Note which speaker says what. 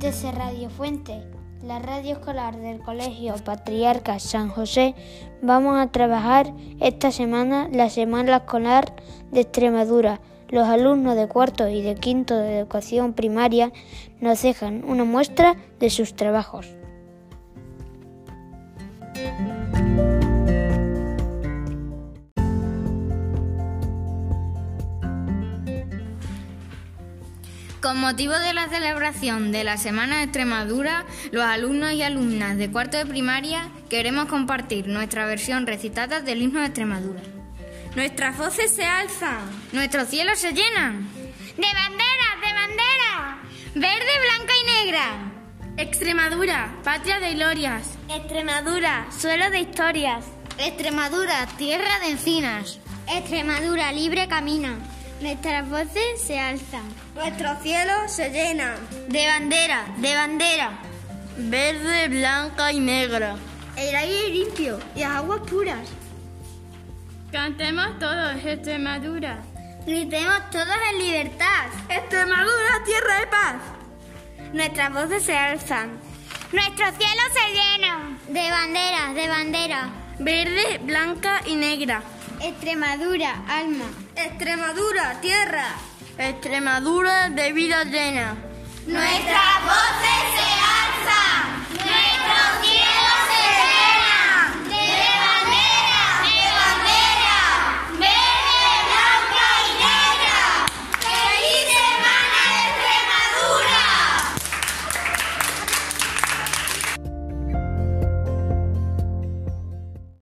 Speaker 1: Desde Radio Fuente, la radio escolar del Colegio Patriarca San José, vamos a trabajar esta semana la Semana Escolar de Extremadura. Los alumnos de cuarto y de quinto de educación primaria nos dejan una muestra de sus trabajos.
Speaker 2: Con motivo de la celebración de la Semana de Extremadura, los alumnos y alumnas de cuarto de primaria queremos compartir nuestra versión recitada del himno de Extremadura.
Speaker 3: Nuestras voces se alzan,
Speaker 2: nuestros cielos se llenan
Speaker 4: de banderas, de banderas,
Speaker 5: verde, blanca y negra.
Speaker 3: Extremadura, patria de glorias.
Speaker 6: Extremadura, suelo de historias.
Speaker 7: Extremadura, tierra de encinas.
Speaker 8: Extremadura, libre camina.
Speaker 9: Nuestras voces se alzan.
Speaker 10: Nuestros cielos se llenan.
Speaker 11: De bandera, de bandera.
Speaker 12: Verde, blanca y negra.
Speaker 13: El aire limpio, las aguas puras.
Speaker 14: Cantemos todos Extremadura.
Speaker 15: Gritemos todos en libertad.
Speaker 16: Extremadura, tierra de paz.
Speaker 17: Nuestras voces se alzan.
Speaker 18: Nuestros cielos se llenan.
Speaker 19: De banderas, de bandera.
Speaker 20: Verde, blanca y negra.
Speaker 8: Extremadura, alma.
Speaker 12: Extremadura, tierra.
Speaker 9: Extremadura de vida llena.
Speaker 4: Nuestras voces se